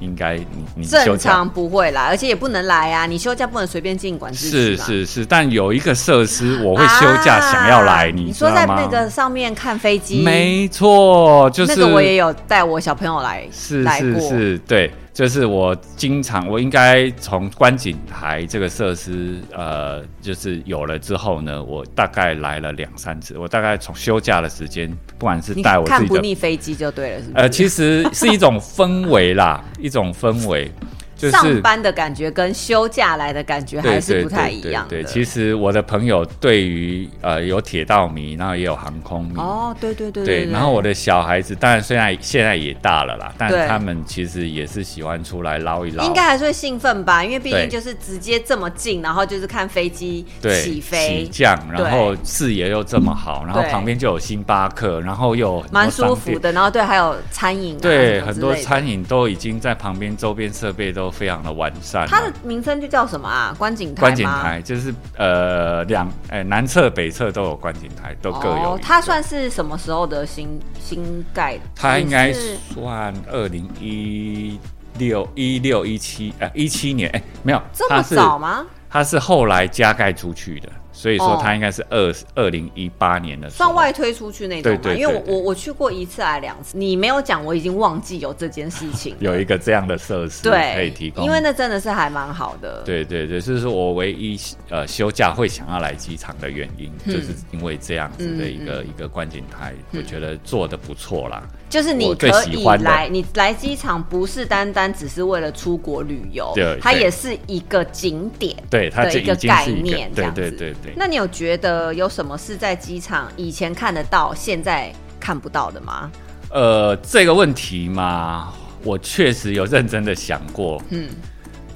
Speaker 3: 应该你你休
Speaker 2: 正
Speaker 3: 假
Speaker 2: 常不会啦，而且也不能来啊！你休假不能随便进管制
Speaker 3: 是
Speaker 2: 区嘛
Speaker 3: 是是，但有一个设施我会休假想要来，
Speaker 2: 啊你
Speaker 3: 知道
Speaker 2: 说
Speaker 3: 吗？
Speaker 2: 在那个上面看飞机，
Speaker 3: 没错，就是
Speaker 2: 那个我也有带我小朋友来，
Speaker 3: 是
Speaker 2: 来
Speaker 3: 是
Speaker 2: 过，
Speaker 3: 是，对，就是我经常，我应该从观景台这个设施，呃，就是有了之后呢，我大概来了两三次，我大概从休假的时间，不管是
Speaker 2: 你
Speaker 3: 带我自
Speaker 2: 看不
Speaker 3: 己
Speaker 2: 腻
Speaker 3: 的，
Speaker 2: 飞机就对了，是不是？
Speaker 3: 呃，其实是一种氛围啦，一种氛围，就是
Speaker 2: 上班的感觉跟休假来的感觉
Speaker 3: 对
Speaker 2: 还是
Speaker 3: 对
Speaker 2: 不太
Speaker 3: 对
Speaker 2: 一样的。
Speaker 3: 对对，其实我的朋友对于呃有铁道迷，然后也有航空迷，
Speaker 2: 哦，对对对
Speaker 3: 对，
Speaker 2: 对。
Speaker 3: 然后我的小孩子，当然虽然现在也大了啦，但
Speaker 2: 对
Speaker 3: 他们其实也是喜欢出来捞一捞，
Speaker 2: 应该还是会兴奋吧，因为毕竟
Speaker 3: 对
Speaker 2: 就是直接这么近，然后就是看飞机
Speaker 3: 对
Speaker 2: 起飞
Speaker 3: 起，降，然
Speaker 2: 对
Speaker 3: 后视野又这么好，然后
Speaker 2: 对
Speaker 3: 旁边就有星巴克，然后又有很多
Speaker 2: 蛮舒
Speaker 3: 商
Speaker 2: 服
Speaker 3: 店。
Speaker 2: 的。然后对，还有餐饮、啊，
Speaker 3: 对，
Speaker 2: 什么
Speaker 3: 很
Speaker 2: 之
Speaker 3: 多
Speaker 2: 类的
Speaker 3: 餐饮都已经在旁边，周边设备都非常的完善了。
Speaker 2: 它的名称就叫什么啊？观景台吗？
Speaker 3: 观景台就是呃两呃南侧北侧都有观景台，都各有
Speaker 2: 哦
Speaker 3: 一，
Speaker 2: 它
Speaker 3: 个
Speaker 2: 算是什么时候的新新盖？
Speaker 3: 它应该
Speaker 2: 也是
Speaker 3: 算二零一六一六一七呃一七年，哎、没有，
Speaker 2: 这
Speaker 3: 它
Speaker 2: 么
Speaker 3: 是
Speaker 2: 早吗？
Speaker 3: 它是后来加盖出去的，所以说
Speaker 2: 哦
Speaker 3: 它应该是二二零一八年的时候
Speaker 2: 算外推出去那种嘛，
Speaker 3: 对对对
Speaker 2: 因为
Speaker 3: 对
Speaker 2: 我我我去过一次还两次，你没有讲，我已经忘记有这件事情了。
Speaker 3: 有一个这样的设施
Speaker 2: 对，
Speaker 3: 可以提供，
Speaker 2: 因为那真的是还蛮好的。，
Speaker 3: 对对对，这是我唯一呃休假会想要来机场的原因，
Speaker 2: 嗯
Speaker 3: 就是因为这样子的一个、一个观景台，我觉得做的不错啦。
Speaker 2: 就是你
Speaker 3: 我最
Speaker 2: 可
Speaker 3: 喜
Speaker 2: 以
Speaker 3: 欢的
Speaker 2: 来，你来机场不是单单只是为了出国旅游
Speaker 3: 对，
Speaker 2: 它
Speaker 3: 对
Speaker 2: 也是一个景点
Speaker 3: 对，它
Speaker 2: 的
Speaker 3: 这
Speaker 2: 一个
Speaker 3: 已经
Speaker 2: 概
Speaker 3: 是一个
Speaker 2: 念，这
Speaker 3: 对
Speaker 2: 样子。
Speaker 3: 对对对。
Speaker 2: 那你有觉得有什么是在机场以前看得到，现在看不到的吗？
Speaker 3: 呃，这个问题嘛，我确实有认真的想过，
Speaker 2: 嗯，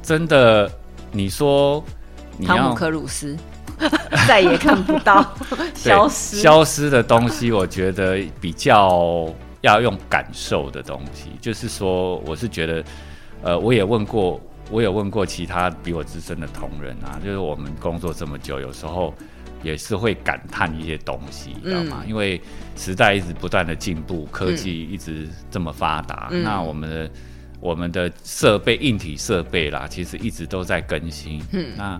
Speaker 3: 真的，你说你
Speaker 2: 汤姆
Speaker 3: 要
Speaker 2: 克鲁斯 *laughs* 再也看不
Speaker 3: *laughs*
Speaker 2: 到，
Speaker 3: 对
Speaker 2: *laughs* 消失。
Speaker 3: 消失的东西，我觉得比较要用感受的东西，就是说，我是觉得，呃，我也问过，我有问过其他比我资深的同仁啊，就是我们工作这么久，有时候。也是会感叹一些东西，你知道
Speaker 2: 嗯
Speaker 3: 吗？因为时代一直不断的进步，科技一直这么发达，
Speaker 2: 嗯
Speaker 3: 那我们的我们的设备、硬体设备啦，其实一直都在更新。嗯，那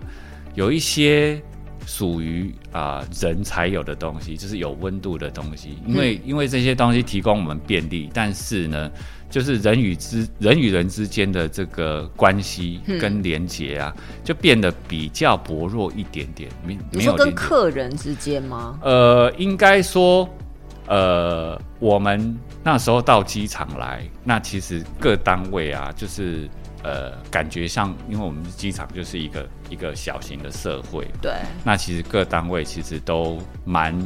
Speaker 3: 有一些属于啊人才有的东西，就是有温度的东西，因为、
Speaker 2: 嗯
Speaker 3: 因为这些东西提供我们便利，但是呢，就是人与之人与人之间的这个关系
Speaker 2: 嗯
Speaker 3: 跟连结啊，就变得比较薄弱一点点，没
Speaker 2: 你
Speaker 3: 没
Speaker 2: 说
Speaker 3: 有
Speaker 2: 跟
Speaker 3: 连结。
Speaker 2: 客人之间吗？
Speaker 3: 呃，应该说，呃，我们那时候到机场来，那其实各单位啊，就是呃，感觉上，因为我们机场就是一个一个小型的社会嘛，
Speaker 2: 对，
Speaker 3: 那其实各单位其实都蛮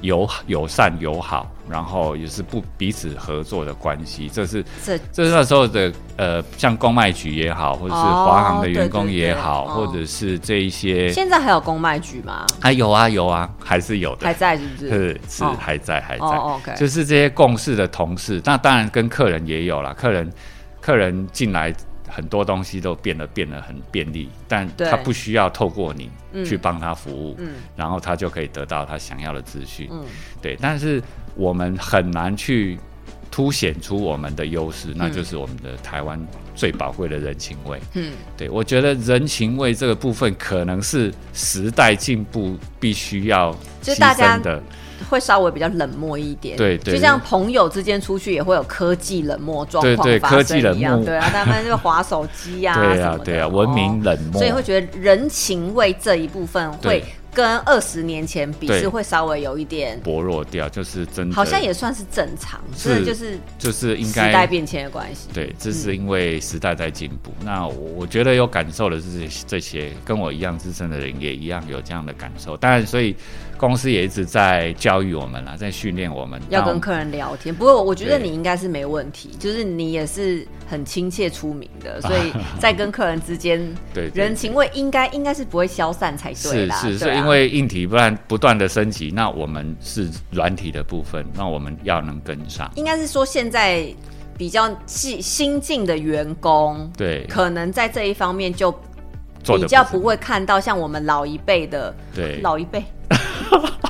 Speaker 3: 友友善友好，然后也是不彼此合作的关系，这是
Speaker 2: 这
Speaker 3: 这是那时候的呃，像公卖局也好，或者是华航的员工也好，
Speaker 2: 哦对对对哦
Speaker 3: 或者是这一些，
Speaker 2: 现在还有公卖局吗？
Speaker 3: 还有啊有啊，还是有的，
Speaker 2: 还在是不是？
Speaker 3: 是是、
Speaker 2: 哦
Speaker 3: 还在还在、
Speaker 2: 哦，OK，
Speaker 3: 就是这些共事的同事，那当然跟客人也有啦，客人客人进来很多东西都变得变得很便利，但
Speaker 2: 对
Speaker 3: 他不需要透过你
Speaker 2: 嗯
Speaker 3: 去帮他服务，
Speaker 2: 嗯
Speaker 3: 然后他就可以得到他想要的资讯，
Speaker 2: 嗯
Speaker 3: 对，但是我们很难去。凸显出我们的优势，那就是我们的台湾最宝贵的人情味。
Speaker 2: 嗯，
Speaker 3: 对，我觉得人情味这个部分可能是时代进步必须要
Speaker 2: 就
Speaker 3: 牺
Speaker 2: 是大家
Speaker 3: 牲的。
Speaker 2: 会稍微比较冷漠一点。
Speaker 3: 对对
Speaker 2: 就像朋友之间出去也会有科技冷漠状况
Speaker 3: 对对
Speaker 2: 发生
Speaker 3: 科技冷
Speaker 2: 一样
Speaker 3: 漠
Speaker 2: 对啊，他们就划手机啊，
Speaker 3: *laughs* 对
Speaker 2: 什么
Speaker 3: 啊
Speaker 2: 的，
Speaker 3: 对啊，文明
Speaker 2: 哦
Speaker 3: 冷漠，
Speaker 2: 所以会觉得人情味这一部分会
Speaker 3: 对
Speaker 2: 跟二十年前比
Speaker 3: 对
Speaker 2: 是会稍微有一点，
Speaker 3: 薄弱掉，就是真的，
Speaker 2: 好像也算是正常，
Speaker 3: 是
Speaker 2: 真的就是
Speaker 3: 就是应
Speaker 2: 时代
Speaker 3: 该
Speaker 2: 变嗯迁的关系。
Speaker 3: 对，这是因为时代在进步。那我我觉得有感受的是这些，跟我一样资深的人也一样有这样的感受。当然，所以公司也一直在教育我们啦，在训练我们，
Speaker 2: 要
Speaker 3: 让我
Speaker 2: 跟
Speaker 3: 们
Speaker 2: 客人聊天，不过我我觉得
Speaker 3: 对
Speaker 2: 你应该是没问题，就是你也是很亲切出名
Speaker 3: *laughs*
Speaker 2: 的，所以在跟客人之间，
Speaker 3: 对对
Speaker 2: 人情味应该应该是不会消散才对
Speaker 3: 是
Speaker 2: 啦。
Speaker 3: 是，
Speaker 2: 对
Speaker 3: 是
Speaker 2: 啊
Speaker 3: 因为硬体不然不断的升级，那我们是软体的部分，那我们要能跟上。
Speaker 2: 应该是说现在比较新新进的员工，
Speaker 3: 对，
Speaker 2: 可能在这一方面就
Speaker 3: 做的
Speaker 2: 比较不会看到像我们老一辈的
Speaker 3: 对
Speaker 2: 老一
Speaker 3: *laughs*
Speaker 2: 辈，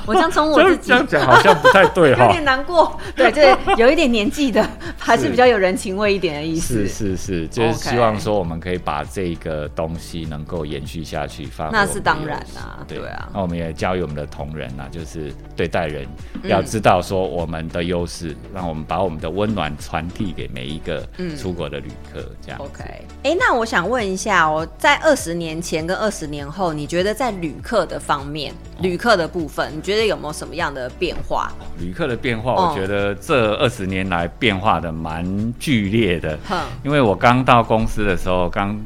Speaker 2: 我这样从我
Speaker 3: 这
Speaker 2: 自
Speaker 3: 样
Speaker 2: 己
Speaker 3: 这样讲好像不太
Speaker 2: *laughs*
Speaker 3: 对
Speaker 2: 有
Speaker 3: 哈。
Speaker 2: 点难过，对，就是有一点年纪
Speaker 3: *laughs*
Speaker 2: 的，还是比较有人情味一点的意思
Speaker 3: 是。是是，就是希
Speaker 2: OK
Speaker 3: 望说我们可以把这个东西能够延续下去，发挥
Speaker 2: 那
Speaker 3: 我们
Speaker 2: 是
Speaker 3: 的
Speaker 2: 当
Speaker 3: 优
Speaker 2: 然
Speaker 3: 势
Speaker 2: 啊
Speaker 3: 对
Speaker 2: 对啊
Speaker 3: 那我们也教育我们的同仁啊，就是对待人、要知道说我们的优势，让我们把我们的温暖传递给每一个
Speaker 2: 嗯
Speaker 3: 出国的旅客，这样。
Speaker 2: OK，哎、那我想问一下哦，在二十年前跟二十年后，你觉得在旅客的方面，旅客的部分，你觉得有没有什么样的变化？
Speaker 3: 旅客的变化，
Speaker 2: 哦
Speaker 3: 我觉得这二十年来变化的蛮剧
Speaker 2: *laughs*
Speaker 3: 烈的。
Speaker 2: 哼，
Speaker 3: 因为我刚到公司的时候，刚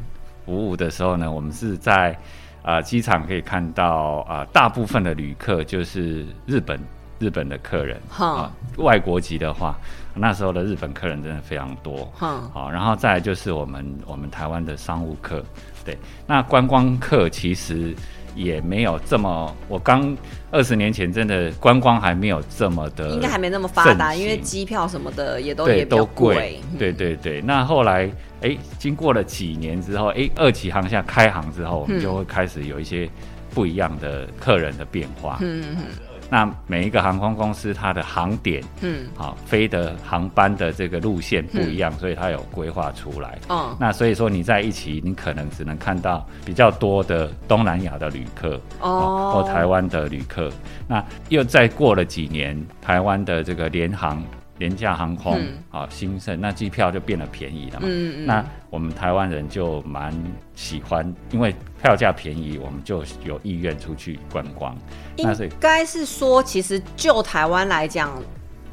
Speaker 3: 服务的时候呢，我们是在啊机、场可以看到啊、大部分的旅客就是日本日本的客人
Speaker 2: 哼
Speaker 3: 啊、外国籍的话，那时候的日本客人真的非常多。
Speaker 2: 哼，
Speaker 3: 好、然后再来就是我们我们台湾的商务客，对，那观光客其实也没有这么，我刚二十年前真的观光还没有这么的，
Speaker 2: 应该还没那么发达，
Speaker 3: 盛
Speaker 2: 因为
Speaker 3: 行
Speaker 2: 机票什么的也都
Speaker 3: 呃对，
Speaker 2: 也比较
Speaker 3: 都
Speaker 2: 贵。嗯
Speaker 3: 对对对，那后来哎，经过了几年之后，哎，二级航厦
Speaker 2: 嗯
Speaker 3: 开航之后，我们就会开始有一些不一样的客人的变化。
Speaker 2: 嗯，嗯嗯
Speaker 3: 那每一个航空公司它的航点，
Speaker 2: 嗯
Speaker 3: 好、飞的航班的这个路线不一样，所以它有规划出来。
Speaker 2: 嗯
Speaker 3: 那所以说你在一起，你可能只能看到比较多的东南亚的旅客
Speaker 2: 哦
Speaker 3: 或台湾的旅客。那又再过了几年，台湾的这个联航、廉价航空啊、
Speaker 2: 嗯
Speaker 3: 兴盛，那机票就变得便宜了嘛。
Speaker 2: 嗯嗯，
Speaker 3: 那我们台湾人就蛮喜欢，因为票价便宜，我们就有意愿出去观光。那所以
Speaker 2: 应该是说，其实就台湾来讲。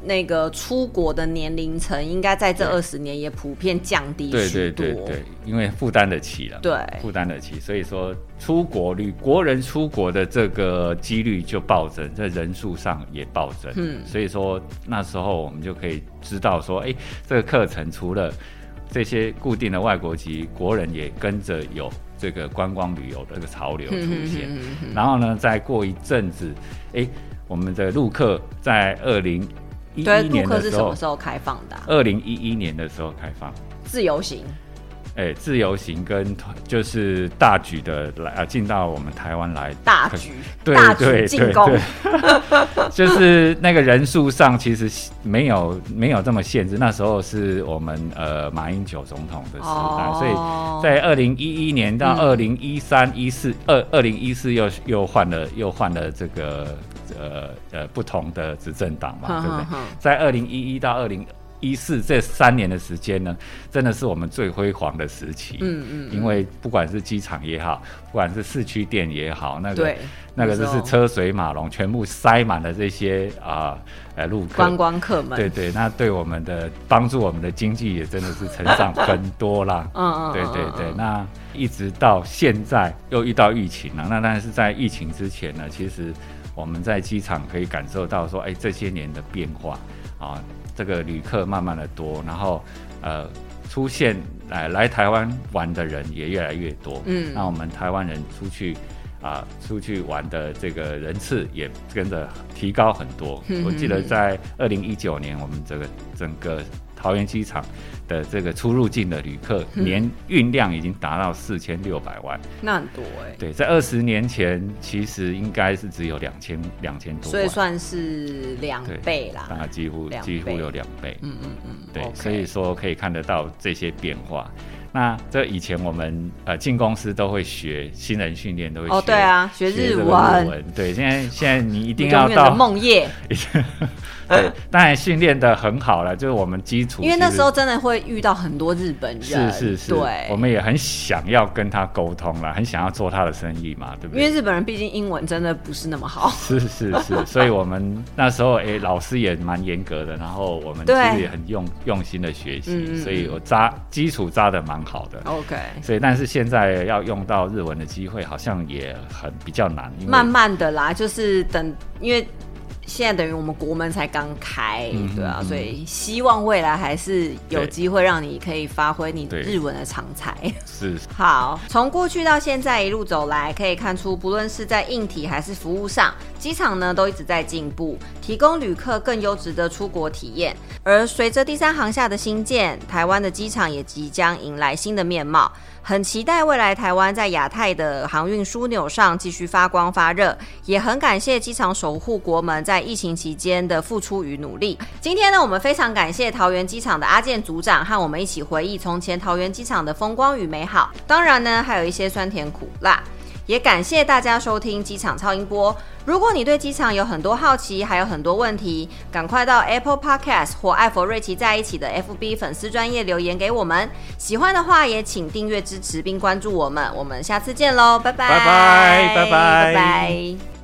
Speaker 2: 那个出国的年龄层应该在这二十年也普遍降低
Speaker 3: 对对
Speaker 2: 许多，
Speaker 3: 对对，因为负担得起了，
Speaker 2: 对
Speaker 3: 负担得起，所以说出国率，国人出国的这个几率就暴增，在人数上也暴增，
Speaker 2: 嗯
Speaker 3: 所以说那时候我们就可以知道说，哎、这个课程除了这些固定的外国籍，国人也跟着有这个观光旅游的这个潮流出
Speaker 2: 嗯嗯
Speaker 3: 现，
Speaker 2: 嗯嗯嗯
Speaker 3: 然后呢，再过一阵子，哎、我们的陆客在二零一
Speaker 2: 对，
Speaker 3: 一
Speaker 2: 陆
Speaker 3: 年
Speaker 2: 客
Speaker 3: 的
Speaker 2: 是
Speaker 3: 时
Speaker 2: 什
Speaker 3: 候
Speaker 2: 么，时候开放的啊、
Speaker 3: 二零一一年的时候开放。
Speaker 2: 自由行，
Speaker 3: 哎、自由行跟团就是大举的来啊，进到我们台湾来，
Speaker 2: 大举
Speaker 3: 对
Speaker 2: 大
Speaker 3: 对
Speaker 2: 举进攻，
Speaker 3: 对对就是那个人数上其实没有没有这么限制。那时候是我们呃马英九总统的时代，所以
Speaker 2: 以
Speaker 3: 在二零一一年到二
Speaker 2: 哦嗯
Speaker 3: 零一三一四二二零一四又又换了又换了这个呃呃不同的执政党嘛，对不
Speaker 2: *laughs*
Speaker 3: 对？在二零一一到二零一四这三年的时间呢，真的是我们最辉煌的时期。
Speaker 2: 嗯嗯
Speaker 3: 因为不管是机场也好，不管是市区店也好，那个
Speaker 2: 对
Speaker 3: 那
Speaker 2: 那
Speaker 3: 个
Speaker 2: 时
Speaker 3: 就
Speaker 2: 候
Speaker 3: 是车水马龙，全部塞满了这些啊呃路客。
Speaker 2: 观光客们，
Speaker 3: 对对，那对我们的帮助，我们的经济也真的是成长很多啦。
Speaker 2: 嗯 *laughs* 嗯嗯
Speaker 3: 对对对
Speaker 2: 嗯，
Speaker 3: 那一直到现在又遇到疫情了，那但是在疫情之前呢，其实我们在机场可以感受到说，哎，这些年的变化啊，这个旅客慢慢的多，然后呃，出现来来台湾玩的人也越来越多，
Speaker 2: 嗯
Speaker 3: 那我们台湾人出去。啊，出去玩的这个人次也跟着提高很多。
Speaker 2: 嗯
Speaker 3: 我记得在二零一九年，我们这个整个桃园机场的这个出入境的旅客
Speaker 2: 嗯
Speaker 3: 年运量已经达到四千六百万。
Speaker 2: 那很多哎、
Speaker 3: 对，在二十年前，其实应该是只有两千两千多
Speaker 2: 所以算
Speaker 3: 万，
Speaker 2: 是两倍啦。
Speaker 3: 啊，几乎
Speaker 2: 两倍
Speaker 3: 几乎有两倍。
Speaker 2: 嗯嗯嗯，
Speaker 3: 对
Speaker 2: OK
Speaker 3: 所以说可以看得到这些变化。那这以前我们呃进公司都会学新人训练，都会学
Speaker 2: 哦对啊学
Speaker 3: 这
Speaker 2: 日
Speaker 3: 个
Speaker 2: 文
Speaker 3: 对，现在现在你一定
Speaker 2: 你
Speaker 3: 要
Speaker 2: 永远的
Speaker 3: 到，
Speaker 2: 梦夜， *laughs*
Speaker 3: 对，当然训练的很好了，就是我们基础其实，
Speaker 2: 因为那时候真的会遇到很多日本
Speaker 3: 是
Speaker 2: 人，
Speaker 3: 是是，
Speaker 2: 对，
Speaker 3: 我们也很想要跟他沟通啦，很想要做他的生意嘛，对不
Speaker 2: 因为
Speaker 3: 对？
Speaker 2: 日本人毕竟英文真的不是那么好，
Speaker 3: 是是
Speaker 2: *laughs*
Speaker 3: 是，所以我们那时候诶、老师也蛮严格的，然后我们其
Speaker 2: 对
Speaker 3: 实也很用用心的学习，
Speaker 2: 嗯嗯
Speaker 3: 所以我扎基础扎的蛮好的。
Speaker 2: OK，
Speaker 3: 所以，但是现在要用到日文的机会，好像也很比较难，因为
Speaker 2: 慢慢的啦，就是等，因为现在等于我们国门才刚开，
Speaker 3: 嗯哼
Speaker 2: 对啊，
Speaker 3: 嗯哼
Speaker 2: 所以希望未来还是有
Speaker 3: 对
Speaker 2: 机会让你可以发挥你
Speaker 3: 对
Speaker 2: 日文的长才。 *laughs*
Speaker 3: 是
Speaker 2: 好，从过去到现在一路走来，可以看出，不论是在硬体还是服务上，机场呢都一直在进步，提供旅客更优质的出国体验。而随着第三航厦的兴建，台湾的机场也即将迎来新的面貌。很期待未来台湾在亚太的航运枢纽上继续发光发热，也很感谢机场守护国门在疫情期间的付出与努力。今天呢，我们非常感谢桃园机场的阿健组长和我们一起回忆从前桃园机场的风光与美好，当然呢，还有一些酸甜苦辣。也感谢大家收听机场超音波。如果你对机场有很多好奇，还有很多问题，赶快到 Apple Podcast 或艾佛瑞奇在一起的 FB 粉丝专业留言给我们。喜欢的话也请订阅支持并关注我们，我们下次见喽，拜拜
Speaker 3: 拜拜拜拜
Speaker 2: 拜拜